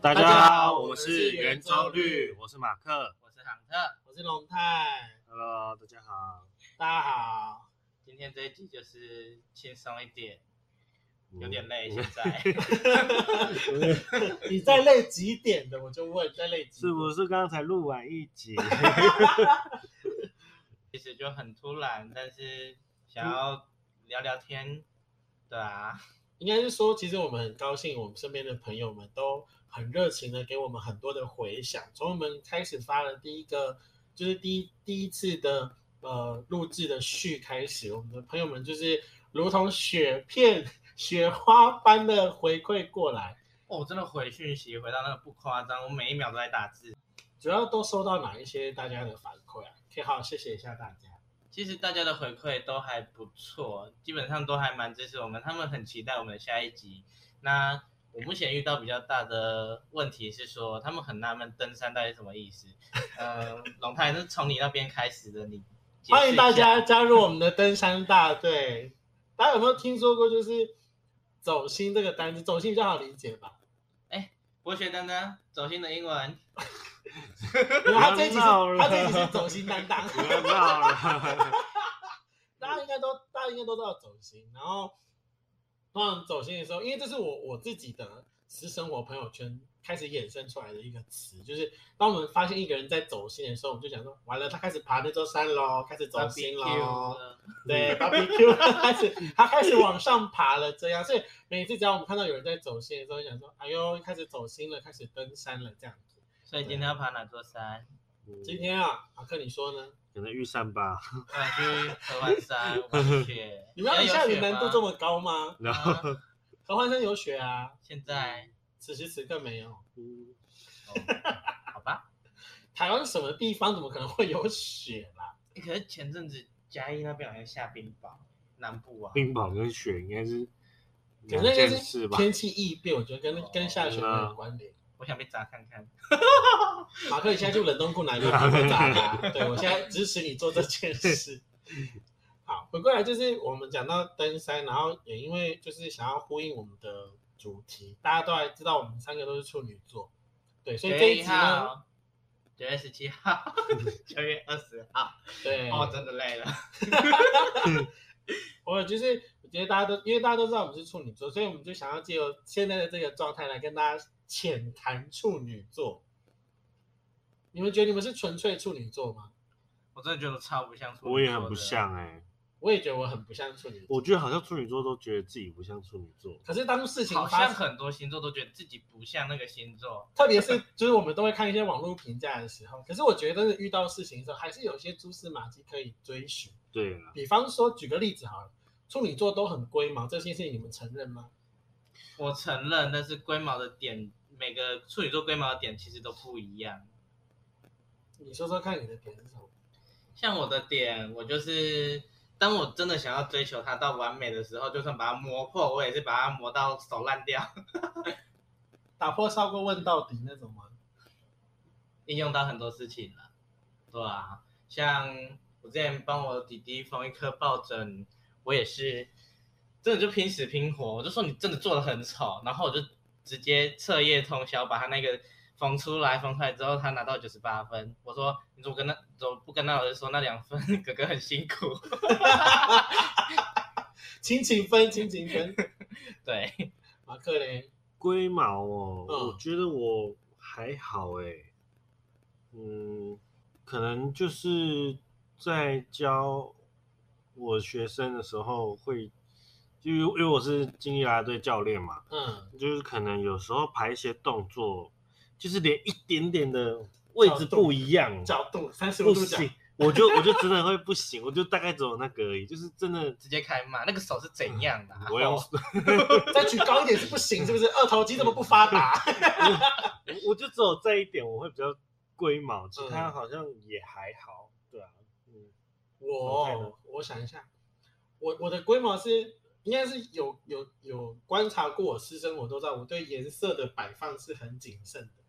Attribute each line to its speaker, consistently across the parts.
Speaker 1: 大
Speaker 2: 大
Speaker 1: 家
Speaker 2: 家
Speaker 1: 好，
Speaker 2: 好
Speaker 1: 我们是圆周率，我是马克。
Speaker 2: 我是航特，
Speaker 3: 我是龙泰，
Speaker 1: Hello，大家好。
Speaker 3: 大家好。
Speaker 2: 今天这一集就是轻松一点，
Speaker 1: 嗯
Speaker 2: 有点累，现在
Speaker 3: 你在累几点的？我就问在累几点？
Speaker 1: 是不是刚才录完一 集？
Speaker 2: 其实就很突然，但是想要聊聊天，对啊，
Speaker 3: 应该是说，其实我们很高兴，我们身边的朋友们都很热情的给我们很多的回响。从我们开始发了第一个，就是第一第一次的呃录制的序开始，我们的朋友们就是如同雪片、雪花般的回馈过来。
Speaker 2: 哦我真的回讯息回到那个不夸张，我每一秒都在打字。
Speaker 3: 主要都收到哪一些大家的反馈啊？可以好好谢谢一下大家。
Speaker 2: 其实大家的回馈都还不错，基本上都还蛮支持我们，他们很期待我们的下一集。那我目前遇到比较大的问题是说，他们很纳闷登山到底是什么意思。呃，龙太是从你那边开始的，你解释一下
Speaker 3: 欢迎大家加入我们的登山大队。大家有没有听说过，就是走心这个单词？走心比较好理解 吧？
Speaker 2: 博学丹丹，走心的英文。
Speaker 3: 因为他这一集是，
Speaker 1: 闹了
Speaker 3: 他这一集是走心担 当，
Speaker 1: 不要闹了。
Speaker 3: 大家应该都，大家应该都知道走心。然后，通常走心的时候，因为这是我我自己的私生活朋友圈开始衍生出来的一个词，就是当我们发现一个人在走心的时候，我们就想说，完了，他开始爬那座山喽，开始走心
Speaker 2: BBQ
Speaker 3: 喽。
Speaker 2: 呃
Speaker 3: 对，BBQ 开始， 他开始往上爬了，这样，所以每次只要我们看到有人在走心的时候，就想说，哎呦，开始走心了，开始登山了，这样子。
Speaker 2: 所以今天要爬哪座山？
Speaker 3: 今天啊，马克，你说呢？
Speaker 1: 可能遇上吧，
Speaker 2: 我想去合欢山玩雪
Speaker 3: 。你们要以下
Speaker 2: 你
Speaker 3: 雨难度这
Speaker 2: 么？
Speaker 3: 么高吗？
Speaker 1: 然后
Speaker 2: 啊
Speaker 3: 合欢山有雪啊，
Speaker 2: 现在，
Speaker 3: 此时此刻没有。
Speaker 1: 嗯
Speaker 2: 哦好吧。
Speaker 3: 台湾什么地方怎么可能会有雪啦？
Speaker 2: 欸可是前阵子嘉义那边好像下冰雹，南部啊。
Speaker 1: 冰雹跟雪应该是
Speaker 3: 可
Speaker 1: 两
Speaker 3: 能
Speaker 1: 件
Speaker 3: 就
Speaker 1: 事
Speaker 3: 是
Speaker 1: 吧？
Speaker 3: 天气异变，我觉得
Speaker 2: 哦
Speaker 3: 跟跟下雪没有关联。
Speaker 2: 我想被砸看看。
Speaker 3: 马克，你现在就冷冻库拿一 个不会打他。啊对我现在支持你做这件事。 好，回过来就是我们讲到登山，然后也因为就是想要呼应我们的主题，大家都还知道我们三个都是处女座，对，所以这
Speaker 2: 九月
Speaker 3: 一
Speaker 2: 一
Speaker 3: 集呢，
Speaker 2: 号，九月十七号， 九月二十号。
Speaker 3: 对，
Speaker 2: 哦，真的累了。
Speaker 3: 偶尔就是我觉得大家都因为大家都知道我们是处女座，所以我们就想要借由现在的这个状态来跟大家浅谈处女座。你们觉得你们是纯粹处女座吗？
Speaker 2: 我真的觉得我超不像处女座的
Speaker 1: 我也很不。像哎、
Speaker 3: 我也觉得我很不像处女座，
Speaker 1: 我觉得好像处女座都觉得自己不像处女座。
Speaker 3: 可是当事情
Speaker 2: 好
Speaker 3: 发
Speaker 2: 像
Speaker 3: 生，
Speaker 2: 很多星座都觉得自己不像那个星座。
Speaker 3: 特别是就是我们都会看一些网络评价的时候，可是我觉得真的遇到事情的时候，还是有些蛛丝马迹可以追寻。
Speaker 1: 对了，
Speaker 3: 比方说，举个例子好了，处女座都很龟毛，这件事情你们承认吗？
Speaker 2: 我承认，但是龟毛的点，每个处女座龟毛的点其实都不一样。
Speaker 3: 你说说看你的点是什么？
Speaker 2: 像我的点，我就是当我真的想要追求它到完美的时候，就算把它磨破，我也是把它磨到手烂掉，
Speaker 3: 打破砂锅问到底那种吗？
Speaker 2: 应用到很多事情了。对啊，像我之前帮我弟弟缝一颗抱枕，我也是真的就拼死拼活，我就说你真的做的很丑，然后我就直接彻夜通宵把他那个缝出来，缝出来之后他拿到九十八分，我说你怎么跟他怎么不跟他老师说那两分哥哥很辛苦，
Speaker 3: 亲情分，亲情分，
Speaker 2: 对。
Speaker 3: 马克嘞，
Speaker 1: 龟毛哦，
Speaker 3: 嗯
Speaker 1: 我觉得我还好哎、嗯，可能就是在教我学生的时候会，就因为因为我是竞技啦啦队教练嘛，
Speaker 3: 嗯，
Speaker 1: 就是可能有时候排一些动作，就是连一点点的位置不一样，
Speaker 3: 角度三十五
Speaker 1: 不
Speaker 3: 度角，
Speaker 1: 行，我就我就真的会不行，我就大概只有那个而已，就是真的
Speaker 2: 直接开骂，那个手是怎样的、啊？
Speaker 1: 嗯我用
Speaker 3: 再举高一点是不行，是不是？二头肌这么不发达？
Speaker 1: 我我就只有这一点我会比较龟毛，其他
Speaker 3: 嗯
Speaker 1: 好像也还好，对啊，嗯，OK 的
Speaker 3: 我我想一下，我我的规模是应该是有有有观察过我私生活都知道，我对颜色的摆放是很谨慎的。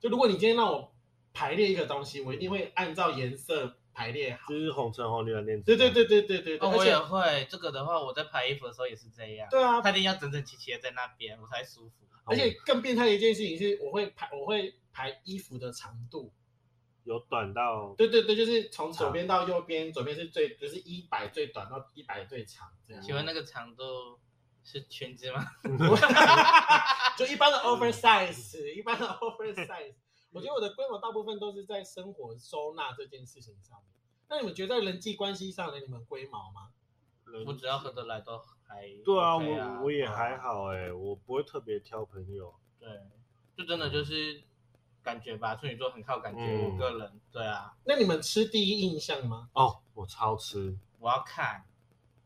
Speaker 3: 就如果你今天让我排列一个东西，我一定会按照颜色排列好。
Speaker 1: 就是红橙黄绿蓝靛紫，
Speaker 3: 对对，对对对对对，
Speaker 2: 哦，
Speaker 3: 而
Speaker 2: 我也
Speaker 3: 且
Speaker 2: 会这个的话，我在排衣服的时候也是这样。
Speaker 3: 对啊，
Speaker 2: 他一定要整整齐齐的在那边，我才舒服。
Speaker 3: 而且更变态的一件事情是，我会排我会排衣服的长度，
Speaker 1: 有短到
Speaker 3: 对对对，就是从左边到右边，左边是最就是一百最短到一百最长这样。
Speaker 2: 请问那个长度是裙子 吗？
Speaker 3: 就一般
Speaker 2: 嗯
Speaker 3: 的 oversize，一般的 oversize，我觉得我的规模大部分都是在生活收纳这件事情上面。那你们觉得在人际关系上呢，你们龟毛吗？
Speaker 1: 人
Speaker 2: 我只要合得来都还
Speaker 1: 对啊，
Speaker 2: OK 嗯啊
Speaker 1: 我我也还好哎、我不会特别挑朋友。
Speaker 2: 对，就真的就是感觉吧，处女座很靠感觉，
Speaker 1: 嗯
Speaker 2: 我个人对啊，
Speaker 3: 那你们吃第一印象吗？
Speaker 1: 哦，我超吃，
Speaker 2: 我要看，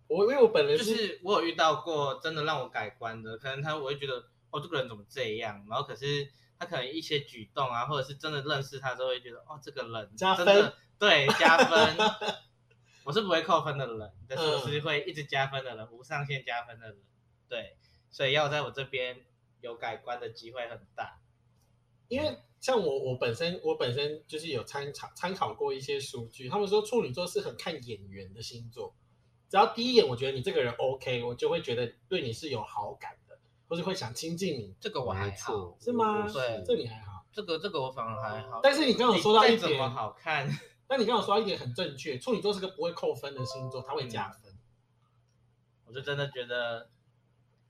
Speaker 3: 我因为我本人、
Speaker 2: 就是是我有遇到过真的让我改观的，可能他我会觉得哦这个人怎么这样，然后可是他可能一些举动啊，或者是真的认识他之后会觉得哦这个人
Speaker 3: 加分
Speaker 2: 真的对加分。我是不会扣分的人，但是我是会一直加分的人，无上限加分的人，对，所以要在我这边有改观的机会很大。
Speaker 3: 因为像我，我本身我本身就是有参考参考过一些数据，他们说处女座是很看眼缘的星座，只要第一眼我觉得你这个人 OK，我就会觉得对你是有好感的，或是会想亲近你，
Speaker 2: 这个我还
Speaker 1: 没
Speaker 2: 好，
Speaker 1: 错，
Speaker 3: 是吗
Speaker 1: 我
Speaker 2: 对
Speaker 3: 这你还好。
Speaker 2: 这个这个我反而还好。
Speaker 3: 但是你刚刚有说到一
Speaker 2: 你哎再怎么
Speaker 3: 点，
Speaker 2: 好看，
Speaker 3: 那你刚刚有说到一点很正确，处女座是个不会扣分的星座，它会加分。
Speaker 1: 嗯
Speaker 2: 我就真的觉得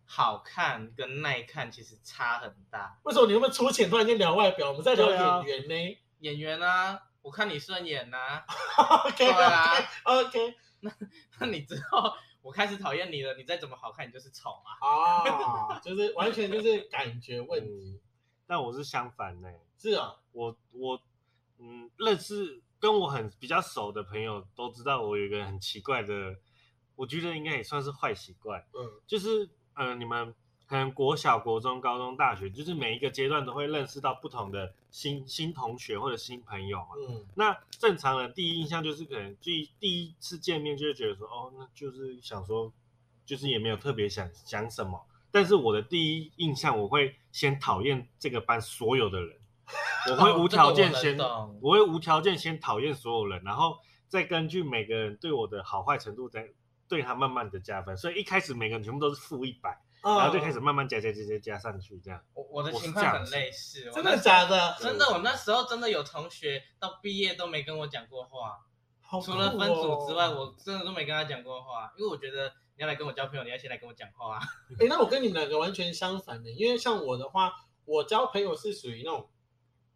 Speaker 2: 好看跟耐看其实差很大。
Speaker 3: 为什么你那么粗浅，突然间聊外表？我们在聊
Speaker 1: 对啊
Speaker 3: 眼缘呢、
Speaker 2: 演员啊，我看你顺眼呐、
Speaker 3: OK
Speaker 2: 对啊，
Speaker 3: OK
Speaker 2: 那你之后我开始讨厌你了，你再怎么好看，你就是丑啊。
Speaker 3: 啊，就是完全就是感觉问题。
Speaker 1: 嗯，但我是相反呢、
Speaker 3: 是啊，
Speaker 1: 我我嗯，认识跟我很比较熟的朋友都知道我有一个很奇怪的，我觉得应该也算是坏习惯，
Speaker 3: 嗯，
Speaker 1: 就是呃，你们可能国小、国中、高中、大学，就是每一个阶段都会认识到不同的新新同学或者新朋友嘛。
Speaker 3: 嗯，
Speaker 1: 那正常人第一印象就是可能第一第一次见面就会觉得说，哦，那就是想说，就是也没有特别想想什么。但是我的第一印象，我会先讨厌这个班所有的人，我会无条件先，
Speaker 2: 哦这个我能懂
Speaker 1: 我会无条件先讨厌所有人，然后再根据每个人对我的好坏程度再对他慢慢的加分。所以一开始每个人全部都是负一百，然
Speaker 3: 嗯
Speaker 1: 后就开始慢慢加加加加加上去，这样。
Speaker 2: 我我的
Speaker 1: 我是这
Speaker 2: 情况
Speaker 1: 样
Speaker 2: 很
Speaker 1: 子
Speaker 2: 类似，我
Speaker 3: 真
Speaker 2: 那
Speaker 3: 的
Speaker 2: 时
Speaker 3: 假的？
Speaker 2: 真的，我那时候真的有同学到毕业都没跟我讲过话，
Speaker 3: 好
Speaker 2: 除了
Speaker 3: 酷
Speaker 2: 分组
Speaker 3: 哦
Speaker 2: 之外，我真的都没跟他讲过话，因为我觉得你要来跟我交朋友，你要先来跟我讲话啊。
Speaker 3: 哎、那我跟你们两个完全相反的，因为像我的话，我交朋友是属于那种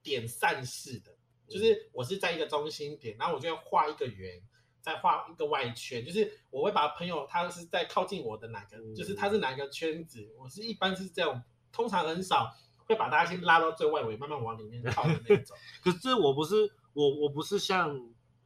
Speaker 3: 点散式的，
Speaker 1: 嗯
Speaker 3: 就是我是在一个中心点，然后我就会画一个圆，再画一个外圈，就是我会把朋友他是在靠近我的哪个，
Speaker 1: 嗯
Speaker 3: 就是他是哪个圈子，我是一般是这样，通常很少会把大家先拉到最外围，慢慢往里面靠的那种。
Speaker 1: 可是我不是我我不是像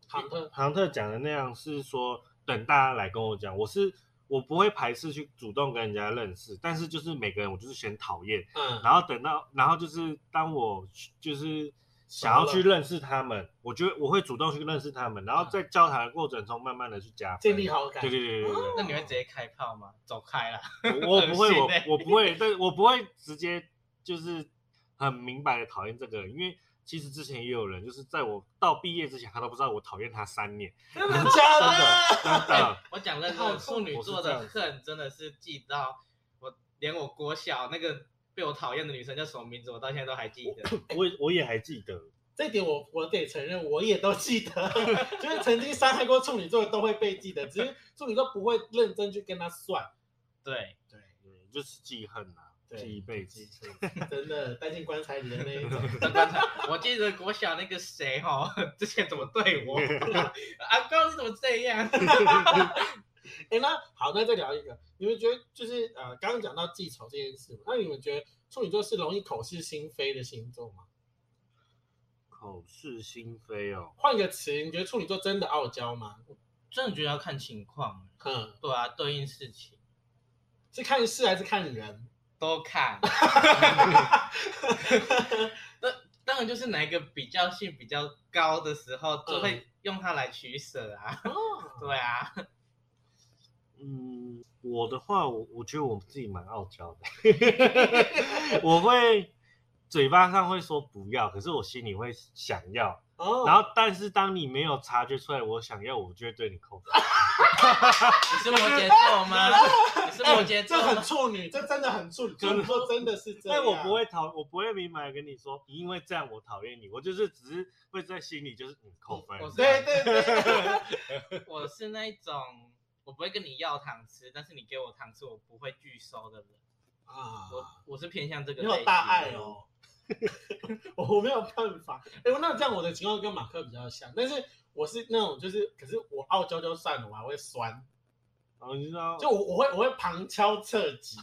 Speaker 3: 好的，
Speaker 1: 庞特讲的那样，是说等大家来跟我讲，我是我不会排斥去主动跟人家认识，但是就是每个人我就是先讨厌，
Speaker 3: 嗯，
Speaker 1: 然后等到然后就是当我去就是想要去认识他们，我就我会主动去认识他们，然后在交谈的过程中慢慢的去加分，
Speaker 3: 嗯建立好感
Speaker 1: 对。对对对对
Speaker 2: 那你会直接开炮吗？走开啦！
Speaker 1: 对，我我 不会我
Speaker 2: 很恶心欸
Speaker 1: 我不会，但我不会直接就是很明白的讨厌这个人，因为。其实之前也有人，就是在我到毕业之前，他都不知道我讨厌他三年，
Speaker 3: 真的假
Speaker 1: 真的
Speaker 3: 的？
Speaker 1: 真的。
Speaker 2: 我讲认
Speaker 3: 好
Speaker 2: 真，处女座的恨真的是记到我，连我国小那个被我讨厌的女生叫什么名字，我到现在都还记得。
Speaker 1: 我我也还记得，
Speaker 3: 这一点我我得承认，我也都记 得， 就是曾经伤害过处女座的都会被记得，只是处女座不会认真去跟他算。
Speaker 2: 对，
Speaker 3: 对
Speaker 1: 嗯，就是记恨啊，
Speaker 3: 对
Speaker 1: 记一辈
Speaker 3: 记
Speaker 1: 子。
Speaker 3: 真的带进棺材里的那一种。
Speaker 2: 那刚才我记得国小那个谁哦，之前怎么对 我，阿高你怎么这样？
Speaker 3: 哎，那好，那再聊一个，你们觉得就是呃，刚刚讲到记仇这件事嘛，那你们觉得处女座是容易口是心非的星座吗？
Speaker 1: 口是心非哦，
Speaker 3: 换个词，你觉得处女座真的傲娇吗？
Speaker 2: 真的觉得要看情况，
Speaker 3: 嗯，
Speaker 2: 对啊，对应事情
Speaker 3: 是看事还是看人？
Speaker 2: 都看。当然就是哪一个比较性比较高的时候，就会用它来取舍啊。
Speaker 3: 哦，
Speaker 2: 对啊，
Speaker 1: 嗯，我的话，我我觉得我自己蛮傲娇的， 我会嘴巴上会说不要，可是我心里会想要，
Speaker 3: 哦，
Speaker 1: 然后但是当你没有察觉出来，我想要，我就会对你 扣分。
Speaker 2: 你是摩羯座吗？你是摩羯座
Speaker 3: 这很
Speaker 2: 吗？
Speaker 3: 处女，这真的很处女，处女座真的是这
Speaker 1: 但
Speaker 3: 样。
Speaker 1: 哎我不，会讨，我不会明白地跟你说，因为这样我讨厌你，我就是只是会在心里就是嗯扣分。
Speaker 2: 我
Speaker 3: 对对 对，
Speaker 2: 我是那一种，我不会跟你要糖吃，但是你给我糖吃，我不会拒收的人。
Speaker 3: 啊，
Speaker 2: 我我是偏向这个。
Speaker 3: 你有大爱。哦。 我没有办法，哎、那这样我的情况跟马克比较像，但是我是那种就是，可是我傲娇就算了，我还会酸，
Speaker 1: 然后你知道，
Speaker 3: 就我我会我会旁敲侧 击，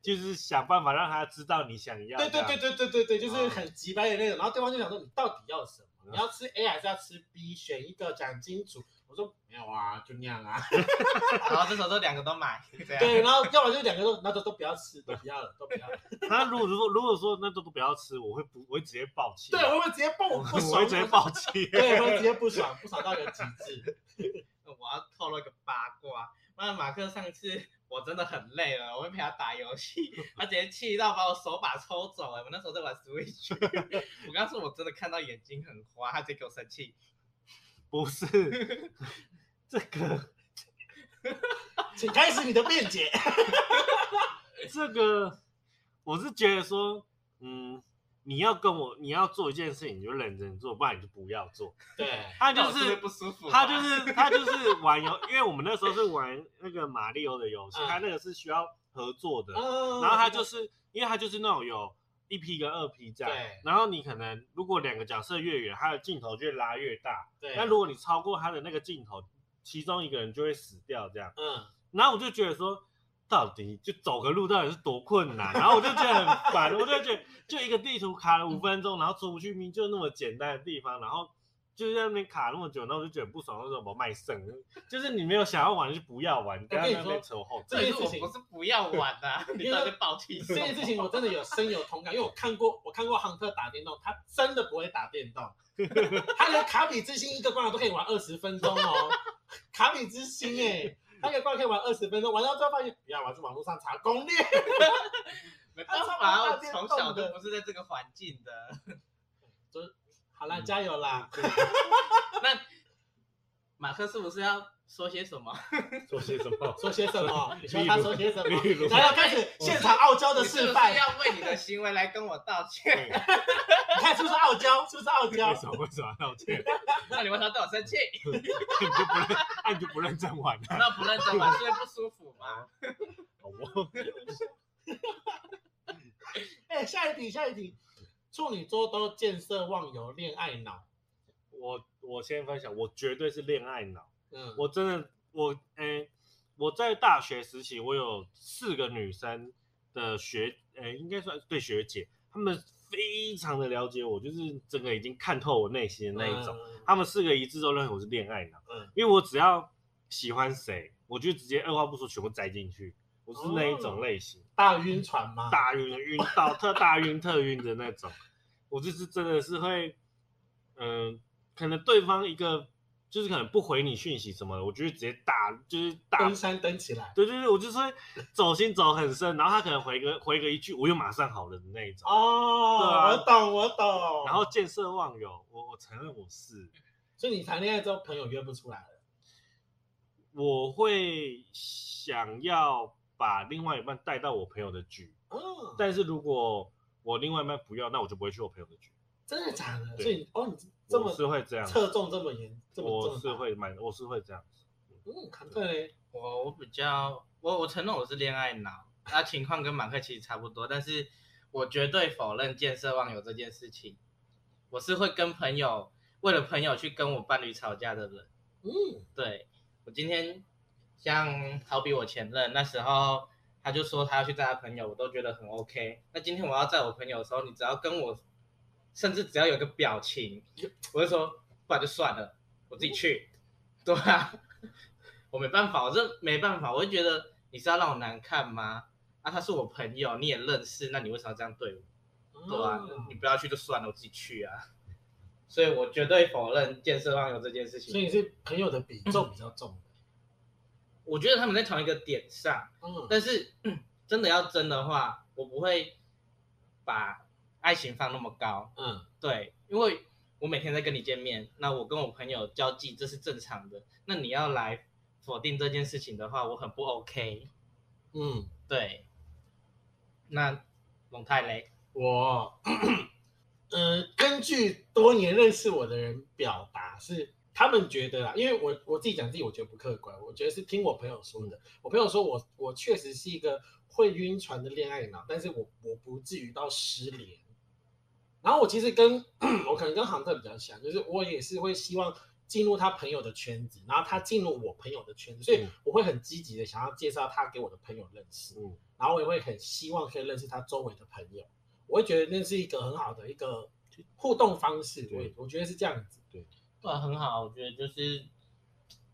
Speaker 1: 就是想办法让他知道你想要。
Speaker 3: 对对对，对对对对，就是
Speaker 1: 啊
Speaker 3: 很急白的那种。然后对方就想说你到底要什么？你要吃 A 还是要吃 B？选一个讲清楚。我说没有啊，就那样啊。
Speaker 2: 然后这时候这两个都买，这样。
Speaker 3: 对，然后要么就两个都，那都都不要吃，都不要了，都不 要了。
Speaker 1: 他如果说如果说那都都不要吃，我会不我会直接爆气。
Speaker 3: 对，我会直接爆，我
Speaker 1: 我
Speaker 3: 不
Speaker 1: 会
Speaker 3: 爽，
Speaker 1: 直接爆气。
Speaker 3: 对，我会直接不爽，不爽到一个极致。
Speaker 2: 我要透露一个八卦。那马克上次我真的很累了，我会陪他打游戏，他直接气到把我手把抽走、哎，我那时候在玩 Switch，我 刚说我真的看到眼睛很花，他直接给我生气。
Speaker 1: 不 是这个
Speaker 3: 请开始你的辩解。
Speaker 1: 这个，我是觉得说，嗯，你要跟我你要做一件事情，你就认真做，不然你就不要做。
Speaker 3: 对，
Speaker 1: 他
Speaker 2: 那
Speaker 1: 就
Speaker 2: 我是不
Speaker 1: 是
Speaker 2: 不舒服啊，
Speaker 1: 他就是他就是玩游，因为我们那时候是玩那个马里奥的游戏，
Speaker 3: 嗯
Speaker 1: 他那个是需要合作的，
Speaker 3: 嗯
Speaker 1: 然后他就是因为他就是那种有一批跟二批这样
Speaker 3: 对，
Speaker 1: 然后你可能如果两个角色越远，他的镜头就越拉越大，
Speaker 3: 对，
Speaker 1: 那如果你超过他的那个镜头，其中一个人就会死掉这样，
Speaker 3: 嗯，
Speaker 1: 然后我就觉得说。到底就走个路到底是多困难，然后我就觉得很烦，我就觉得就一个地图卡了五分钟，然后出不去，就那么简单的地方，然后就在那边卡那么久，然后我就觉得很不爽，为什么卖肾？就是你没有想要玩就不要玩，你不要在那边扯后
Speaker 3: 这
Speaker 1: 腿。
Speaker 2: 所以说
Speaker 3: 件事
Speaker 2: 我
Speaker 3: 情
Speaker 2: 不是不要玩啊，你到底在暴气什
Speaker 3: 这
Speaker 2: 么
Speaker 3: 件事情我真的有深有同感，因为我看过，我看过亨特打电动，他真的不会打电动， 他连卡比之心一个关卡都可以玩二十分钟哦， 卡比之心哎、 他一个关卡可以玩二十分钟，玩到最后发现不要玩，去网络上查攻略。
Speaker 2: 没办法，我从小就不是在这个环境的。
Speaker 3: 好啦，加油 啦！
Speaker 2: 马克是不是要说些什么？
Speaker 1: 做些什么？
Speaker 3: 说些什 么？你说他说些什么？
Speaker 1: 例如，
Speaker 3: 然后要开始现场傲娇的
Speaker 2: 你是
Speaker 3: 示
Speaker 2: 不是
Speaker 3: 范，
Speaker 2: 要为你的行为来跟我道歉？
Speaker 3: 你看是不是傲娇？是不是傲娇
Speaker 1: 为？什么为什么要道歉？
Speaker 2: 那你为什么对我生气？
Speaker 1: 你就不认，那你就不认真玩了。
Speaker 2: 那不认真玩是会不舒服吗？
Speaker 1: 我
Speaker 3: 哎，下一题，下一题，处女座都见色忘友，恋爱脑。
Speaker 1: 我我先分享，我绝对是恋爱脑。
Speaker 3: 嗯，
Speaker 1: 我真的，我诶、我在大学时期，我有四个女生的学，诶、应该算对学姐，她们非常的了解我，就是整个已经看透我内心的那一种。
Speaker 3: 嗯
Speaker 1: 她们四个一致都认为我是恋爱脑，
Speaker 3: 嗯
Speaker 1: 因为我只要喜欢谁，我就直接二话不说全部栽进去，我是那一种
Speaker 3: 哦
Speaker 1: 类型，
Speaker 3: 大晕船吗？
Speaker 1: 大晕晕到特大晕特晕的那种。我就是真的是会，嗯、可能对方一个就是可能不回你讯息什么的，我就会直接大就是大
Speaker 3: 登山登起来。
Speaker 1: 对对对，我就是会走心走很深，然后他可能回个回个一句，我又马上好了的那一种。
Speaker 3: 哦，
Speaker 1: 对啊
Speaker 3: 我懂，我懂。
Speaker 1: 然后，见色忘友，我我承认我是，
Speaker 3: 所以你谈恋爱之后，朋友约不出来了。
Speaker 1: 我会想要把另外一半带到我朋友的局，
Speaker 3: 嗯，
Speaker 1: 但是如果我另外一半不要，那我就不会去我朋友的局。
Speaker 3: 真的假的？
Speaker 1: 对
Speaker 3: 所以你哦，你这
Speaker 1: 我
Speaker 3: 么
Speaker 1: 是会这样，
Speaker 3: 侧重这么严，这么
Speaker 1: 我
Speaker 3: 重
Speaker 1: 是。会蛮，我是会这样。
Speaker 3: 嗯，很对，
Speaker 2: 我我比较，我我承认我是恋爱脑，那情况跟马克其实差不多，但是我绝对否认见色忘友这件事情。我是会跟朋友为了朋友去跟我伴侣吵架的人。
Speaker 3: 嗯，
Speaker 2: 对我今天像好比我前任那时候，他就说他要去载他朋友，我都觉得很 OK。那今天我要载我朋友的时候，你只要跟我，甚至只要有个表情，我就说不然就算了，我自己去。对啊，我没办法，我这没办法，我就觉得你是要让我难看吗？啊，他是我朋友，你也认识，那你为什么要这样对我？对啊，
Speaker 3: 嗯
Speaker 2: 你不要去就算了，我自己去啊。所以我绝对否认建设浪有这件事情。
Speaker 3: 所以是朋友的比重比较重。
Speaker 2: 我觉得他们在同一个点上，
Speaker 3: 嗯，
Speaker 2: 但是 真的要争的话，我不会把爱情放那么高。
Speaker 3: 嗯，
Speaker 2: 对，因为我每天在跟你见面，那我跟我朋友交际这是正常的。那你要来否定这件事情的话，我很不 OK。
Speaker 3: 嗯，
Speaker 2: 对，那龙太雷，
Speaker 3: 我， 呃，根据多年认识我的人表达是，他们觉得啊啦，因为我我自己讲自己，我觉得不客观，我觉得是听我朋友说的。我朋友说我我确实是一个会晕船的恋爱脑，但是我我不至于到失联。然后我其实跟 我可能跟航特比较像，就是我也是会希望进入他朋友的圈子，然后他进入我朋友的圈子，所以
Speaker 1: 嗯
Speaker 3: 我会很积极的想要介绍他给我的朋友认识。
Speaker 1: 嗯
Speaker 3: 然后我也会很希望可以认识他周围的朋友，我会觉得那是一个很好的一个互动方式，我也
Speaker 1: 对
Speaker 3: 我觉得是这样子。
Speaker 2: 对啊，很好，我觉得就是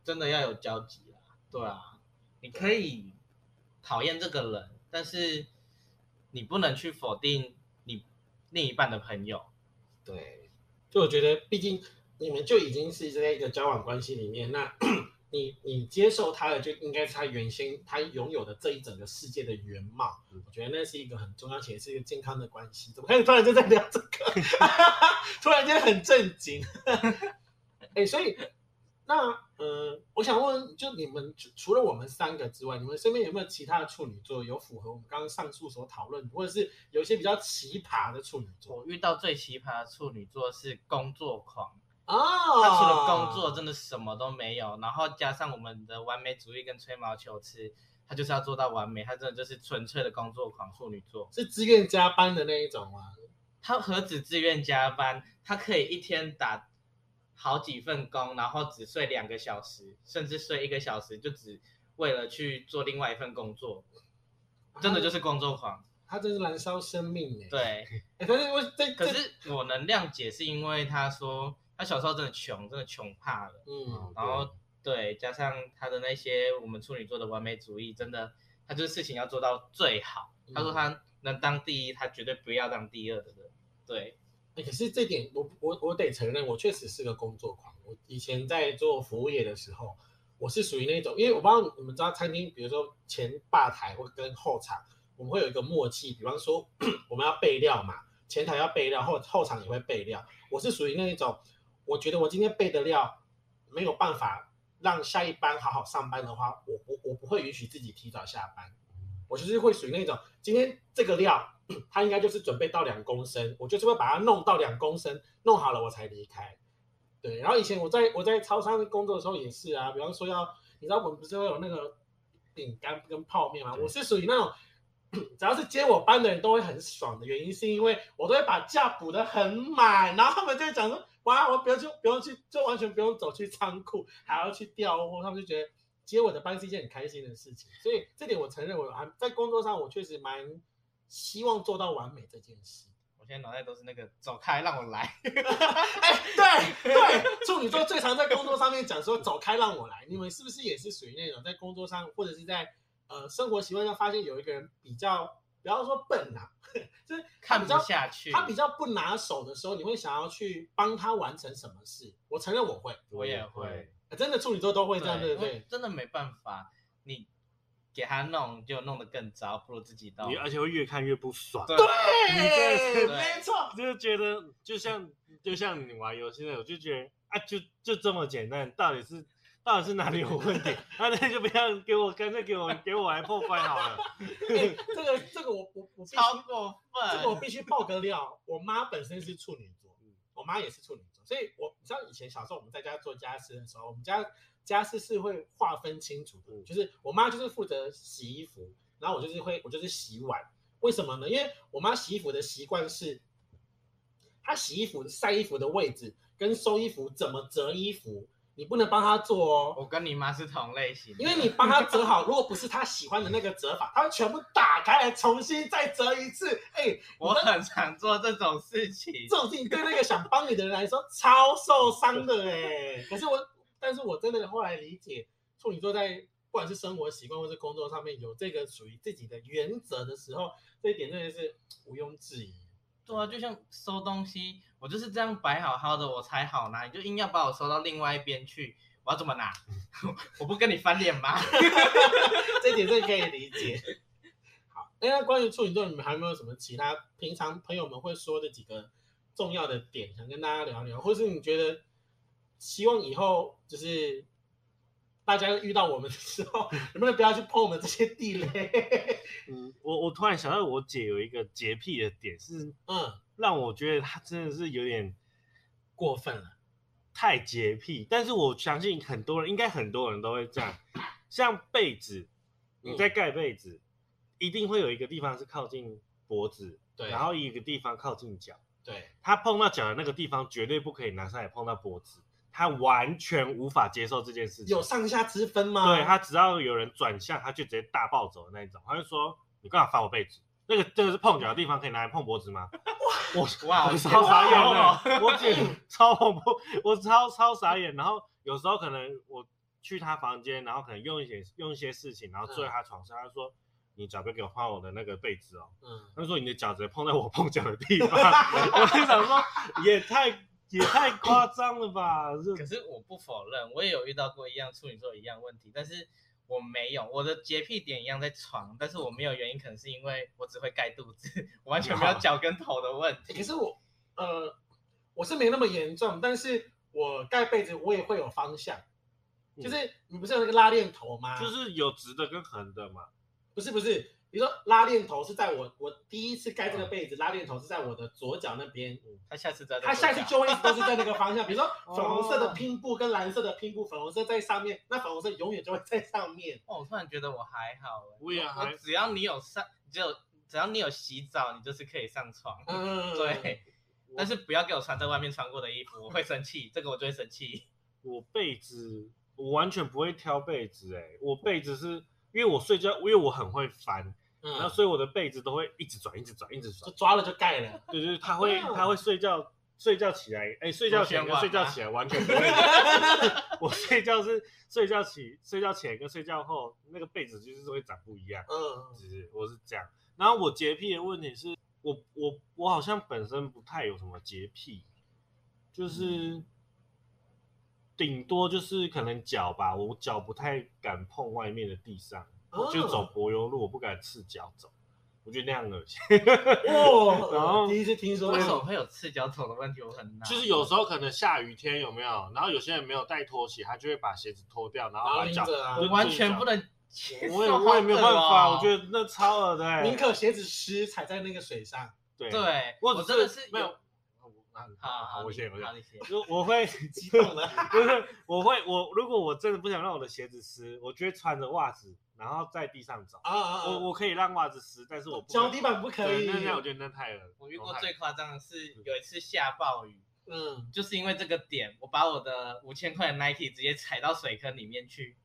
Speaker 2: 真的要有交集啦。对啊，你可以讨厌这个人，但是你不能去否定你另一半的朋友。
Speaker 1: 对，
Speaker 3: 就我觉得，毕竟你们就已经是在一个交往关系里面，那 你你接受他的，就应该是他原先他拥有的这一整个世界的原貌
Speaker 1: 嗯。
Speaker 3: 我觉得那是一个很重要，且是一个健康的关系。怎么开始突然就在聊这个？ 突然间很震惊。 哎、所以那呃，我想问，就你们除除了我们三个之外，你们身边有没有其他的处女座有符合我们刚刚上述所讨论，或者是有一些比较奇葩的处女座？
Speaker 2: 我遇到最奇葩的处女座是工作狂，
Speaker 3: 哦，
Speaker 2: 他除了工作真的什么都没有，然后加上我们的完美主义跟吹毛求疵，他就是要做到完美，他真的就是纯粹的工作狂处女座。
Speaker 3: 是自愿加班的那一种吗？
Speaker 2: 他何止自愿加班，他可以一天打好几份工，然后只睡两个小时，甚至睡一个小时，就只为了去做另外一份工作，真的就是工作狂。
Speaker 3: 他真是燃烧生命哎、
Speaker 2: 对，
Speaker 3: 欸可是我这
Speaker 2: 可
Speaker 3: 这
Speaker 2: 是我能谅解，是因为他说他小时候真的穷，真的穷怕了。
Speaker 3: 嗯，
Speaker 2: 然后对，加上他的那些我们处女座的完美主义，真的，他就是事情要做到最好。
Speaker 3: 嗯
Speaker 2: 他说他能当第一，他绝对不要当第二的人。对，
Speaker 3: 欸可是这点我我我得承认，我确实是个工作狂。我以前在做服务业的时候，我是属于那种，因为我不知道你们知道餐厅，比如说前吧台或跟后场，我们会有一个默契，比方说 我们要备料嘛，前台要备料，后后场也会备料。我是属于那一种，我觉得我今天备的料没有办法让下一班好好上班的话，我不我不会允许自己提早下班。我就是会属于那种，今天这个料它应该就是准备到两公升，我就是会把它弄到两公升，弄好了我才离开。对，然后以前我在我在超商工作的时候也是啊，比方说要，你知道我们不是会有那个饼干跟泡面吗？
Speaker 1: 对
Speaker 3: 我是属于那种。只要是接我班的人都会很爽的原因，是因为我都会把假补得很满，然后他们就会讲说：“哇，我不用去，不用去，就完全不用走去仓库，还要去调货。”他们就觉得接我的班是一件很开心的事情，所以这点我承认，我还在工作上我确实蛮希望做到完美这件事。
Speaker 2: 我现在脑袋都是那个走开，让我来。
Speaker 3: 哎，对对，处女座最常在工作上面讲说走开让我来，你们是不是也是属于那种在工作上或者是在呃生活习惯上发现有一个人比较不要说笨啊， 就是他
Speaker 2: 看
Speaker 3: 比
Speaker 2: 不
Speaker 3: 较
Speaker 2: 下去，
Speaker 3: 他比较不拿手的时候，你会想要去帮他完成什么事？我承认我会，
Speaker 2: 我也会，
Speaker 3: 呃真的处女座都会
Speaker 2: 对
Speaker 3: 这样，对不
Speaker 2: 因为
Speaker 3: 对？
Speaker 2: 真的没办法，你给他弄就弄得更糟，不如自己弄
Speaker 1: 你。而且会越看越不爽，
Speaker 2: 对
Speaker 1: 你
Speaker 3: 对，
Speaker 1: 这
Speaker 3: 没错，
Speaker 1: 就觉得就像就像你玩游戏那种，就觉得啊，就就这么简单，到底是到底是哪里有问题？ 啊，那就不要给我，干脆给我给我来破关好 了。
Speaker 3: 哎 这个这个我我我必须
Speaker 2: 超过
Speaker 3: 这个我
Speaker 2: 分，
Speaker 3: 必须爆个料，我妈本身是处女座
Speaker 1: 嗯，
Speaker 3: 我妈也是处女座，所以我你知道以前小时候我们在家做家事的时候，我们家家事是会划分清楚的，
Speaker 1: 嗯
Speaker 3: 就是我妈就是负责洗衣服，然后我就是会我就是洗碗，为什么呢？因为我妈洗衣服的习惯是，她洗衣服晒衣服的位置跟收衣服怎么折衣服，你不能帮她做哦，
Speaker 2: 我跟你妈是同类型的，
Speaker 3: 因为你帮他折好，如果不是他喜欢的那个折法，他会全部打开来重新再折一次。哎、
Speaker 2: 我很常做这种事情。
Speaker 3: 这种事情对那个想帮你的人来说超受伤的哎、可是我，但是我真的后来理解处女座在不管是生活习惯或是工作上面有这个属于自己的原则的时候，这一点真的是毋庸置疑。
Speaker 2: 对啊，就像收东西，我就是这样摆好好的，我才好拿，你就硬要把我收到另外一边去，我要怎么拿？ 我不跟你翻脸吗？
Speaker 3: 这点是可以理解。好，哎那关于处女座，你们还有没有什么其他平常朋友们会说的几个重要的点想跟大家聊聊，或是你觉得希望以后就是大家遇到我们的时候，能不能不要去碰我们这些地雷？
Speaker 1: 嗯，我我突然想到，我姐有一个洁癖的点，是
Speaker 3: 嗯，
Speaker 1: 让我觉得她真的是有点
Speaker 2: 过分了。
Speaker 1: 太洁癖，但是我相信很多人，应该很多人都会这样。像被子，你
Speaker 3: 嗯
Speaker 1: 在盖被子，一定会有一个地方是靠近脖子，
Speaker 3: 对
Speaker 1: 然后一个地方靠近脚。
Speaker 3: 对，
Speaker 1: 他碰到脚的那个地方绝对不可以拿上来碰到脖子，他完全无法接受这件事情。
Speaker 3: 有上下之分吗？
Speaker 2: 嗯
Speaker 1: 对他只要有人转向，他就直接大暴走的那一种。他就说：“你干嘛翻我被子？那个这个是碰脚的地方，可以拿来碰脖子吗？”我
Speaker 2: 哇
Speaker 1: 我超傻眼
Speaker 2: 哇
Speaker 1: 的，我姐超恐怖，我超超傻眼。然后有时候可能我去她房间，然后可能用一些用一些事情，然后
Speaker 2: 嗯
Speaker 1: 坐在她床上，她就说：“你脚不要给我碰我的那个被子哦。”
Speaker 3: 嗯，
Speaker 1: 她就说：“你的脚直接碰在我碰脚的地方。” 我就想说，也太也太夸张了吧？
Speaker 2: 可
Speaker 1: 是
Speaker 2: 是我不否认，我也有遇到过一样处女座一样问题，但是我没有我的洁癖点一样在床，但是我没有原因，可能是因为我只会盖肚子， 我完全没有
Speaker 1: 啊
Speaker 2: 脚跟头的问
Speaker 3: 可
Speaker 2: 题。
Speaker 3: 是我呃，我是没那么严重，但是我盖被子我也会有方向，
Speaker 1: 嗯
Speaker 3: 就是你不是有那个拉链头吗？
Speaker 1: 就是有直的跟横的嘛。
Speaker 3: 不是不是，你说拉链头是在我我第一次盖这个被子，拉链头是在我的左脚那边，
Speaker 2: 他下次再
Speaker 3: 它下去就会一直都是在那个方向，比如说
Speaker 1: 哦
Speaker 3: 粉红色的拼布跟蓝色的拼布，粉红色在上面，那粉红色永远就会在上面。
Speaker 2: 哦，我突然觉得我还好欸，
Speaker 1: 我也还
Speaker 2: 只要你有上，只有只要你有洗澡，你就是可以上床。
Speaker 3: 嗯，
Speaker 2: 对， 但是不要给我穿在外面穿过的衣服，我会生气，这个我就会 生气。
Speaker 1: 我被子，我完全不会挑被子、欸，我被子是因为我睡觉，因为我很会翻，然后
Speaker 3: 嗯，
Speaker 1: 所以我的被子都会一直转，一直转，一直
Speaker 3: 就
Speaker 1: 转，
Speaker 3: 抓了就盖了。
Speaker 1: 对，就是它会，它会睡觉，睡觉起来，哎、睡觉前跟睡觉起来完全不会， 我睡觉是睡觉起，睡觉前跟睡觉后那个被子就是会长不一样，
Speaker 3: 嗯，
Speaker 1: 只是我是这样。然后我洁癖的问题是我我我好像本身不太有什么洁癖，就是顶多就是可能脚吧，我脚不太敢碰外面的地上，
Speaker 3: 哦
Speaker 1: 我就 走柏油路，我不敢赤脚走，我觉得那样恶心。
Speaker 3: 哦。
Speaker 1: 然后
Speaker 3: 第一次听说
Speaker 2: 为什么会有赤脚走的问题？我很难。
Speaker 1: 就是有时候可能下雨天有没有？然后有些人没有带拖鞋，他就会把鞋子脱掉，然
Speaker 3: 然
Speaker 1: 后
Speaker 3: 后
Speaker 1: 把
Speaker 3: 拎
Speaker 1: 脚。
Speaker 3: 着啊
Speaker 2: 我，完全不能接受。
Speaker 1: 我 也我也没有办法，我觉
Speaker 2: 得
Speaker 1: 得那超恶的、欸。
Speaker 3: 宁可鞋子湿踩在那个水上。
Speaker 1: 对，
Speaker 2: 对，
Speaker 1: 我
Speaker 2: 我
Speaker 1: 只
Speaker 2: 真的是
Speaker 1: 没有。啊
Speaker 2: 好
Speaker 1: 好，我先我
Speaker 2: 你好
Speaker 1: 先，
Speaker 2: 你先。
Speaker 1: 就我会
Speaker 3: 激动 了，
Speaker 1: 不是，我会，我如果我真的不想让我的鞋子湿，我就会穿着袜子，然后在地上走。
Speaker 3: 啊啊！
Speaker 1: 我我可以让袜子湿，但是我不
Speaker 3: 脚
Speaker 1: 可以
Speaker 3: 底板不可
Speaker 1: 对
Speaker 3: 以。
Speaker 1: 那那我觉得那太了。
Speaker 2: 我遇过最夸张的是
Speaker 1: 嗯
Speaker 2: 有一次下暴雨，
Speaker 3: 嗯，
Speaker 2: 就是因为这个点，我把我的五千块的 Nike 直接踩到水坑里面去，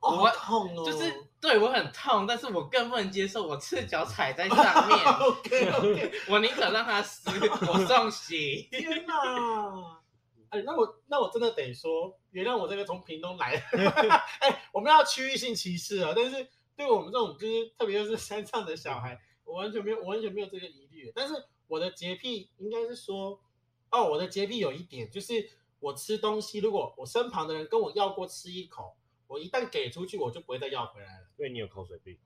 Speaker 3: 哦
Speaker 2: 我
Speaker 3: 好痛哦，
Speaker 2: 就是对我很痛，但是我更不能接受我赤脚踩 在上面，
Speaker 3: OK OK，
Speaker 2: 我宁可让它湿，我送洗。
Speaker 3: 天哪！ 哎，那我那我真的得说，原谅我这个从屏东来的。 哎，我们要区域性歧视啊，但是对我们这种就是特别就是山上的小孩，我完全没有，我完全没有这个疑虑。但是我的洁癖应该是说，哦，我的洁癖有一点就是，我吃东西如果我身旁的人跟我要过吃一口，我一旦给出去，我就不会再要回来了，
Speaker 1: 因为你有口水病，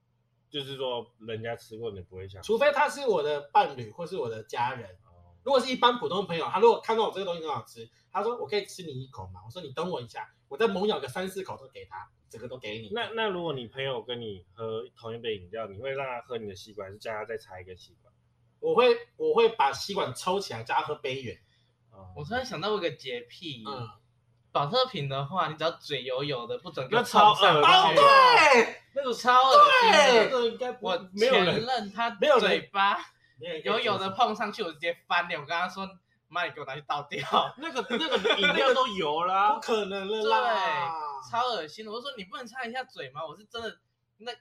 Speaker 1: 就是说人家吃过你不会想。
Speaker 3: 除非他是我的伴侣或是我的家人。
Speaker 1: 哦
Speaker 3: 如果是一般普通朋友，他如果看到我这个东西很好吃，他说我可以吃你一口吗？我说你等我一下，我再猛咬个三四口都给他，整个都给你。
Speaker 1: 那那如果你朋友跟你喝同一杯饮料，你会让他喝你的吸管，还是叫他再插一根吸管？
Speaker 3: 我会我会把吸管抽起来，叫他喝杯圆。
Speaker 1: 哦
Speaker 2: 我突然想到我有个洁癖，
Speaker 3: 嗯，
Speaker 2: 保特瓶的话，你只要嘴油油的，不准给我
Speaker 1: 那超
Speaker 2: 碰上
Speaker 1: 恶心
Speaker 2: 去
Speaker 1: 的
Speaker 3: 对，
Speaker 2: 那种超恶心
Speaker 3: 这
Speaker 2: 的。
Speaker 3: 个应该不
Speaker 2: 我
Speaker 3: 没有
Speaker 2: 前
Speaker 3: 人，
Speaker 2: 任他
Speaker 3: 没有人
Speaker 2: 嘴巴
Speaker 3: 没人可以
Speaker 2: 油油
Speaker 3: 接
Speaker 2: 的
Speaker 3: 受
Speaker 2: 碰上去，我直接翻脸，我跟他说：“妈，你给我拿去倒掉。”
Speaker 1: 那个那个饮料都有啦
Speaker 3: 不，可能了啦。
Speaker 2: 超恶心的。我说你不能擦一下嘴吗？我是真的，那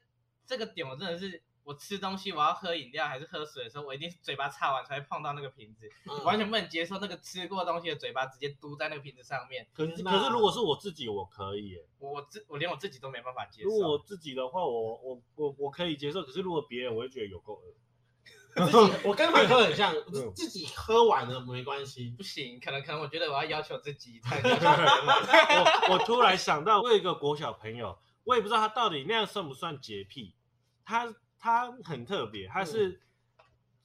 Speaker 2: 这个点我真的是，我吃东西，我要喝饮料还是喝水的时候，我一定是嘴巴擦完才会碰到那个瓶子，
Speaker 3: 嗯
Speaker 2: 完全不能接受那个吃过东西的嘴巴直接嘟在那个瓶子上面。
Speaker 1: 可是可是如果是我自己，我可以耶。
Speaker 2: 我我自我连我自己都没办法接
Speaker 1: 如果我
Speaker 2: 受。
Speaker 1: 自己的话，我我我我可以接受，可是如果别人，我会觉得有够恶。
Speaker 3: 自己我跟马克很像，
Speaker 1: 嗯
Speaker 3: 自己喝完了没关系。
Speaker 2: 不行，可能可能我觉得我要要求自己才 能接受
Speaker 1: 我我突然想到，我有一个国小朋友，我也不知道他到底那样算不算洁癖。他他很特别，他是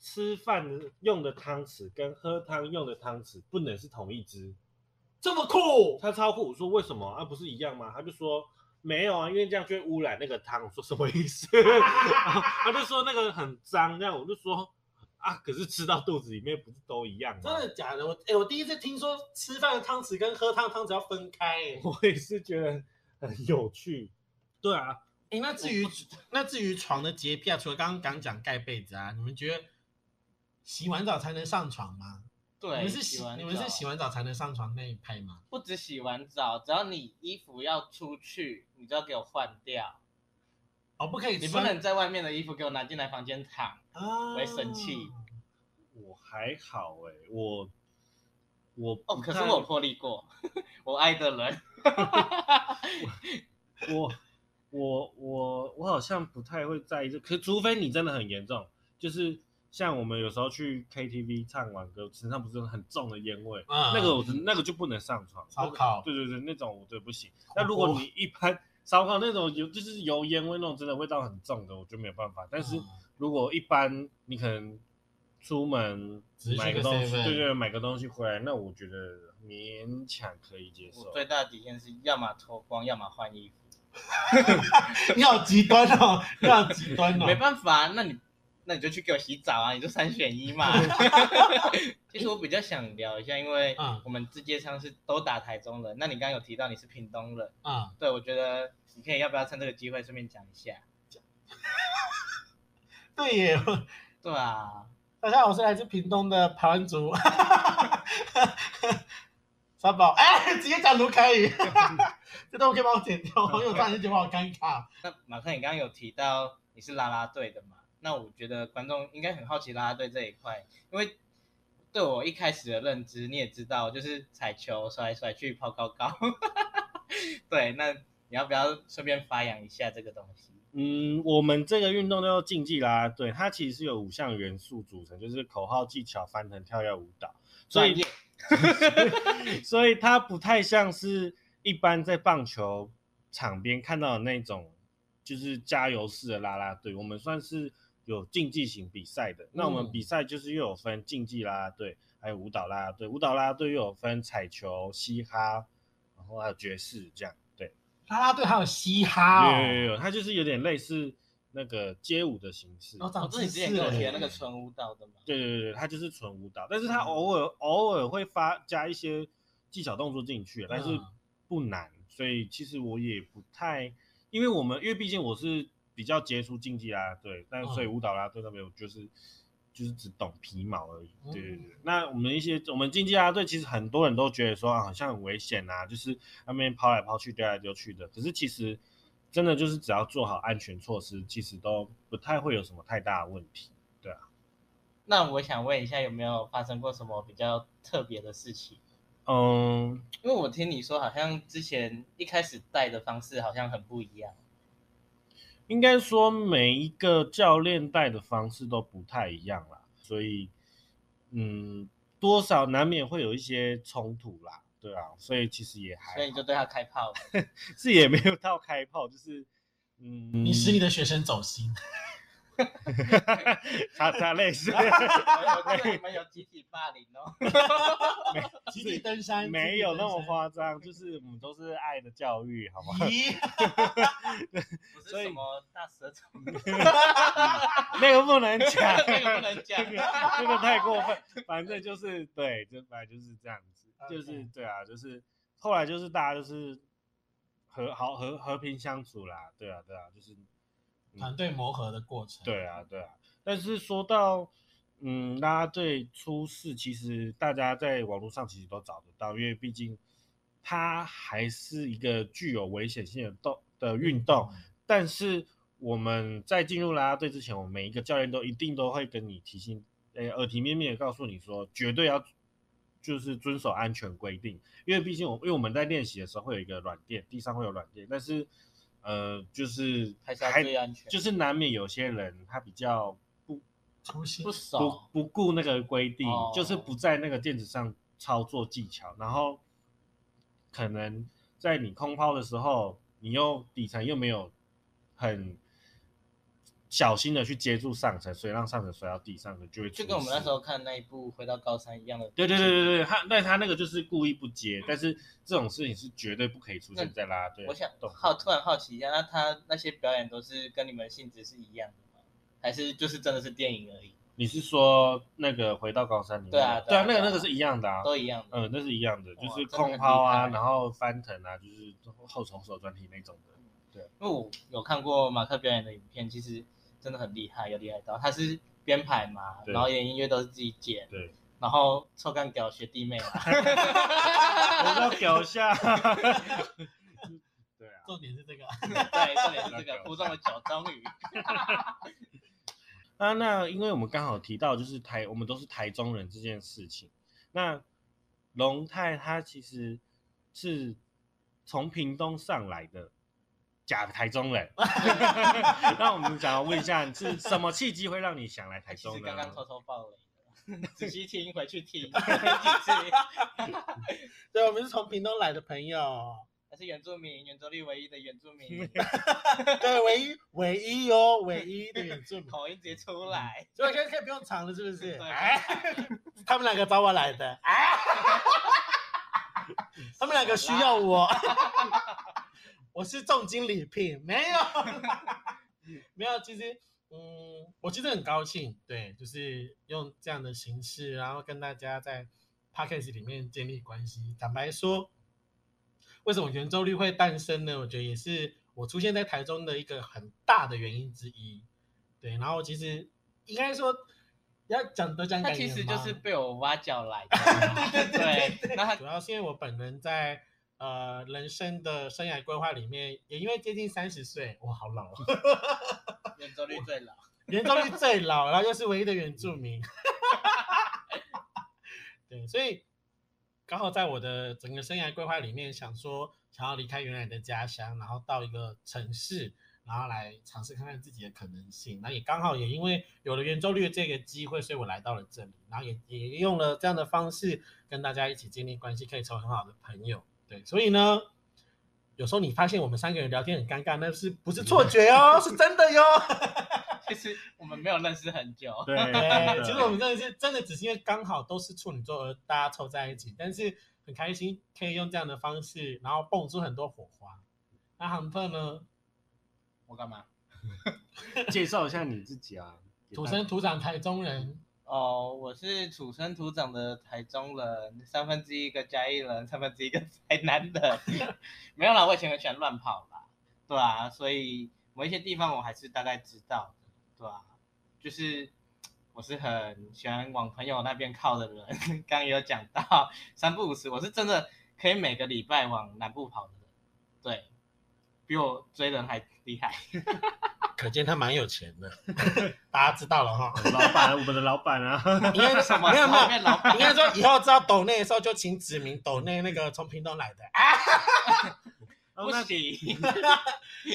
Speaker 1: 吃饭用的汤匙跟喝汤用的汤匙不能是同一只。
Speaker 3: 这么酷，
Speaker 1: 他超酷，我说为什么啊？不是一样吗？他就说没有啊，因为这样就会污染那个汤。我说什么意思？ 他就说那个很脏，那我就说啊，可是吃到肚子里面不是都一样吗？
Speaker 3: 真的假的？我哎、我第一次听说吃饭的汤匙跟喝汤汤匙要分开、哎
Speaker 1: 我也是觉得很有趣。对啊，
Speaker 3: 哎、那至于 那至于床的洁癖啊，除了刚刚刚讲盖被子啊，你们觉得洗完澡才能上床吗？
Speaker 2: 对，
Speaker 3: 你们是洗
Speaker 2: 完
Speaker 3: 你们是
Speaker 2: 澡
Speaker 3: 洗完澡才能上床那一派吗？
Speaker 2: 不止洗完澡，只要你衣服要出去，你就要给我换掉，
Speaker 3: 哦，不可以
Speaker 2: 你不
Speaker 3: 穿，
Speaker 2: 能在外面的衣服给我拿进来房间躺。
Speaker 3: 啊，
Speaker 2: 我会生气
Speaker 1: 我还好哎、我我
Speaker 2: 哦，
Speaker 1: 不
Speaker 2: 可是
Speaker 1: 太
Speaker 2: 我破例过， 我爱的人，
Speaker 1: 我我我我好像不太会在意这，可除非你真的很严重，就是像我们有时候去 KTV 唱完歌，身上不是有很重的烟味，
Speaker 3: 啊
Speaker 1: 那个我真那个就不能上床。
Speaker 3: 烧烤
Speaker 1: 对对对，那种我觉得不行。
Speaker 3: 火锅
Speaker 1: 那如果你一般烧烤那种有就是油烟味那种，真的味道很重的，我就没有办法。但是
Speaker 3: 嗯
Speaker 1: 如果一般你可能出门
Speaker 3: 只是去
Speaker 1: 买
Speaker 3: 个
Speaker 1: 个东西，
Speaker 3: 7-Eleven
Speaker 1: 对对，买个东西回来，那我觉得勉强可以接受
Speaker 2: 我。最大的底线是要么脱光，要么换衣服，
Speaker 3: 你好极端哦，你好极端哦，
Speaker 2: 没办法，那你那你就去给我洗澡啊，你就三选一嘛。 其实我比较想聊一下，因为
Speaker 3: 嗯
Speaker 2: 我们字节上是都打台中人，那你刚刚有提到你是屏东人，
Speaker 3: 啊，
Speaker 2: 对我觉得你可以要不要趁这个机会顺便讲一下？
Speaker 3: 对耶，
Speaker 2: 对啊，
Speaker 3: 大家好，我是来自屏东的台湾族， 三宝，哎，直接讲卢凯宇， 这段我可以帮我剪掉吗，因为我突然间觉得我好尴尬。
Speaker 2: 那马克，你刚刚有提到你是啦啦队的嘛？那我觉得观众应该很好奇啦啦队这一块，因为对我一开始的认知，你也知道，就是踩球甩来甩去，抛高高。 对，那你要不要顺便发扬一下这个东西？
Speaker 1: 嗯，我们这个运动叫做竞技啦，对，它其实是有五项元素组成，就是口号、技巧、翻腾、跳跃、舞蹈，所
Speaker 2: 专
Speaker 1: 以
Speaker 2: 业，
Speaker 1: 所以它不太像是一般在棒球场边看到的那种，就是加油式的啦啦队。我们算是有竞技型比赛的，那我
Speaker 3: 嗯
Speaker 1: 们比赛就是又有分竞技啦啦队，还有舞蹈啦啦队，舞蹈啦啦队又有分彩球、嘻哈，然后还有爵士这样，对。
Speaker 3: 啦啦队还有嘻哈
Speaker 1: 有有有
Speaker 3: 哦，
Speaker 1: 有，它就是有点类似那个街舞的形式。
Speaker 3: 然后
Speaker 2: 哦，
Speaker 3: 长
Speaker 2: 这是
Speaker 3: 知
Speaker 2: 你之前
Speaker 3: 识
Speaker 2: 给我
Speaker 3: 了
Speaker 2: 提的那个纯舞蹈的嘛？
Speaker 1: 对对对对，它就是纯舞蹈，但是它偶尔、偶尔会发加一些技巧动作进去，但
Speaker 3: 嗯
Speaker 1: 是不难，所以其实我也不太，因为我们因为毕竟我是比较接触竞技啦，对，但
Speaker 3: 嗯
Speaker 1: 所以舞蹈啦对那边我就是。就是只懂皮毛而已，对对
Speaker 3: 嗯
Speaker 1: 对。那我们一些我们竞技啦队，其实很多人都觉得说啊，好像很危险啊，就是那边抛来抛去、丢来丢去的。可是其实真的就是只要做好安全措施，其实都不太会有什么太大的问题。
Speaker 2: 那我想问一下，有没有发生过什么比较特别的事情？
Speaker 1: 嗯，
Speaker 2: 因为我听你说，好像之前一开始带的方式好像很不一样。
Speaker 1: 应该说每一个教练带的方式都不太一样啦，所以嗯，多少难免会有一些冲突啦，对啊，所以其实也还
Speaker 2: 所以你
Speaker 1: 好
Speaker 2: 就对他开 炮了，
Speaker 1: 是也没有到开炮，就是 嗯，
Speaker 3: 你使你的学生 走心，
Speaker 1: 擦擦泪 是
Speaker 2: 我觉得你们有集体霸凌哦。
Speaker 3: 集体登山，
Speaker 1: 没有那么
Speaker 3: 花。
Speaker 1: 夸张，就是我们都是爱的教育，好吗？
Speaker 3: 咦，
Speaker 2: 不是
Speaker 1: 所以
Speaker 2: 什么大舌头，
Speaker 1: 那个不能讲，
Speaker 2: 那个不能讲
Speaker 1: 这个这个太过分。反正就是对，这本来就是这样子，
Speaker 3: OK
Speaker 1: 就是对啊，就是后来就是大家就是和好和和平相处啦，对啊对啊，就是
Speaker 3: 团队磨合的过程，
Speaker 1: 对啊对啊。但是说到嗯啦啦队出事，其实大家在网络上其实都找得到，因为毕竟它还是一个具有危险性的动的
Speaker 2: 嗯
Speaker 1: 运动，但是我们在进入啦啦队之前，我们每一个教练都一定都会跟你提醒，呃，耳提面命的告诉你说，绝对要就是遵守安全规定，因为毕竟我因为我们在练习的时候会有一个软垫，地上会有软垫，但是呃，就是
Speaker 2: 还是要最安全
Speaker 1: 就是难免有些人他比较不
Speaker 3: 出现
Speaker 2: 不
Speaker 1: 不
Speaker 2: 熟，
Speaker 1: 不顾那个规定，
Speaker 2: 哦
Speaker 1: 就是不在那个垫子上操作技巧，然后可能在你空抛的时候，你又底层又没有很小心的去接住上层，所以让上层摔到地上，你就会
Speaker 2: 就
Speaker 1: 出
Speaker 2: 跟我们那
Speaker 1: 事
Speaker 2: 时候看那一部《回到高三》一样的。
Speaker 1: 对对对对对，他但他那个就是故意不接，但是这种事情是绝对不可以出现在啦。对，
Speaker 2: 我想
Speaker 1: 懂
Speaker 2: 好突然好奇一下，那他那些表演都是跟你们性质是一样的吗？还是就是真的是电影而已，
Speaker 1: 你是说那个回到高三里面？
Speaker 2: 对啊
Speaker 1: 对
Speaker 2: 对
Speaker 1: 啊，
Speaker 2: 啊
Speaker 1: 那个
Speaker 2: 对啊
Speaker 1: 那个是一样的啊，
Speaker 2: 都一样的？
Speaker 1: 嗯，那是一样的，就
Speaker 2: 哇
Speaker 1: 是
Speaker 2: 真的
Speaker 1: 空
Speaker 2: 很
Speaker 1: 抛
Speaker 2: 厉
Speaker 1: 啊，
Speaker 2: 害
Speaker 1: 然后翻腾啊，就是后手后手转体那种的。
Speaker 2: 嗯因为我有看过马克表演的影片，其实真的很厉害，有厉害到他是编排嘛，
Speaker 1: 对
Speaker 2: 然后连音乐都是自己剪，
Speaker 1: 对，
Speaker 2: 然后臭干屌学弟妹嘛，
Speaker 1: 我要屌下。对啊，
Speaker 3: 重点是这个，
Speaker 2: 对，重点是这个哭中的脚章鱼，
Speaker 1: 啊，那因为我们刚好提到就是台，我们都是台中人这件事情。那龙泰他其实是从屏东上来的假台中 人。那我们想要问一下，你是什么契机会让你想来台
Speaker 2: 其
Speaker 1: 中
Speaker 2: 实
Speaker 1: 呢？
Speaker 2: 刚刚偷偷爆雷 的，仔细听回去听 听几次，
Speaker 3: 对，我们是从屏东来的朋友，
Speaker 2: 他是原住民，圆周率唯一的原住民，
Speaker 3: 对，唯一唯一哦，唯一的原住 民，
Speaker 2: 口音直接出来，
Speaker 3: 所以现在可以不用藏了，是不是？
Speaker 2: 对
Speaker 3: 哎， 他们两个找我来 的，哎，他们两个需 要我，我是重金礼聘，没有， 没有，其实。嗯，我其实很高兴，对，就是用这样的形式，然后跟大家在 podcast 里面建立关系。坦白说，为什么圆周率会诞生呢？我觉得也是我出现在台中的一个很大的原因之一。对，然后其实应该说要讲得奖
Speaker 2: 他
Speaker 3: 感
Speaker 2: 其
Speaker 3: 言
Speaker 2: 实
Speaker 3: 吗
Speaker 2: 就是被我挖角来的，对，那他
Speaker 3: 主要是因为我本人在呃人生的生涯规划里面，也因为接近三十岁，我好老、哦，
Speaker 2: 圆周率最老，
Speaker 3: 原住民最老，然后又是唯一的原住民， 对，所以刚好在我的整个生涯规划里面，想说想要离开原来的家乡，然后到一个城市。然后来尝试看看自己的可能性，那也刚好也因为有了圆周率的这个机会，所以我来到了这里，然后也也用了这样的方式跟大家一起建立关系，可以成为很好的朋友。对，所以呢，有时候你发现我们三个人聊天很尴尬，那是不是错觉哦？是真的哟。
Speaker 2: 其实我们没有认识很久，
Speaker 1: 对， 真
Speaker 3: 对，
Speaker 1: 的
Speaker 3: 其实我们真的是真的只是因为刚好都是处女座而大家凑在一起，但是很开心可以用这样的方式，然后蹦出很多火花。那航特呢，
Speaker 2: 我干嘛？
Speaker 1: 介绍一下你自己啊，给
Speaker 3: 土
Speaker 1: 大
Speaker 3: 生土长台中人，
Speaker 2: 哦，我是土生土长的台中人，三分之一个嘉义人，三分之一个 台南人。没有啦，我以前很喜欢乱跑啦，对啊，所以某一些地方我还是大概知道的，对啊，就是我是很喜欢往朋友那边靠的人。 刚刚也有讲到三不五时，我是真的可以每个礼拜往南部跑的人，对，比我追人还厉害。
Speaker 3: 可见他蛮有钱 的，大家知道了哈。
Speaker 1: 老板，我们的老板 啊，
Speaker 3: 应该
Speaker 2: 什么
Speaker 3: 没有没有
Speaker 2: 时候
Speaker 3: 哦
Speaker 2: 变老板
Speaker 3: 应该说以后知道抖内的时候就请指明抖内那个从屏东来的。哎
Speaker 1: 哦
Speaker 2: 不
Speaker 1: 那
Speaker 2: 行，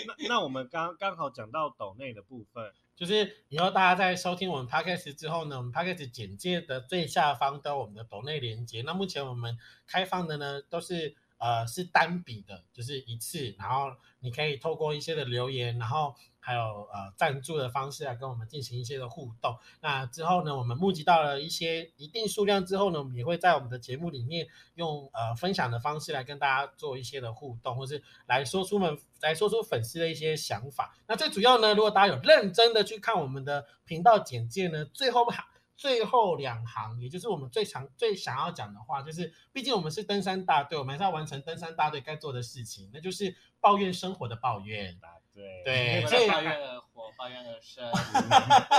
Speaker 1: 那那我们刚刚好讲到抖内的部分，
Speaker 3: 就是以后大家在收听我们 podcast 之后呢，我们 podcast 简介的最下方都有我们的抖内连接。那目前我们开放的呢，都是呃是单笔的，就是一次，然后你可以透过一些的留言，然后还有呃赞助的方式来跟我们进行一些的互动。那之后呢，我们募集到了一些一定数量之后呢，我们也会在我们的节目里面用呃分享的方式来跟大家做一些的互动，或是来说出们来说出粉丝的一些想法。那最主要呢，如果大家有认真的去看我们的频道简介呢，最后行最后两行，也就是我们最常最想要讲的话，就是毕竟我们是登山大队，我们还是要完成登山大队该做的事情，那就是抱怨生活的抱怨。
Speaker 1: 答对
Speaker 3: 对，
Speaker 2: 我
Speaker 3: 哎所以
Speaker 2: 抱怨而活，抱怨而生，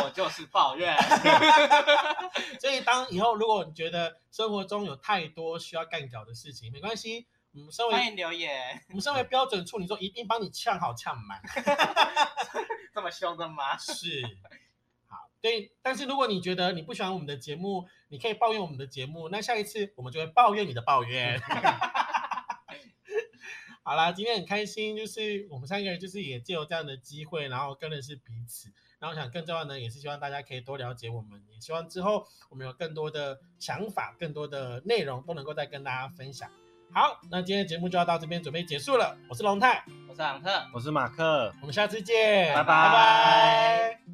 Speaker 2: 我就是抱怨。
Speaker 3: 所以当以后如果你觉得生活中有太多需要干掉的事情，没关系，我们 身
Speaker 2: 欢
Speaker 3: 为
Speaker 2: 迎留言，
Speaker 3: 我们身为标准处女座，一定帮你呛好呛满。
Speaker 2: 这么凶的 吗？
Speaker 3: 是，好，对。但是如果你觉得你不喜欢我们的节目，你可以抱怨我们的节目，那下一次我们就会抱怨你的抱怨。 好啦，今天很开心，就是我们三个人就是也借由这样的机会，然后更认识彼此。然后我想更重要呢，也是希望大家可以多了解我们，也希望之后我们有更多的想法、更多的内容都能够再跟大家分享。好，那今天的节目就要到这边准备结束了。我是龙泰，
Speaker 2: 我是朗特。
Speaker 1: 我是马克，
Speaker 3: 我们下次见，
Speaker 1: 拜拜
Speaker 3: 拜拜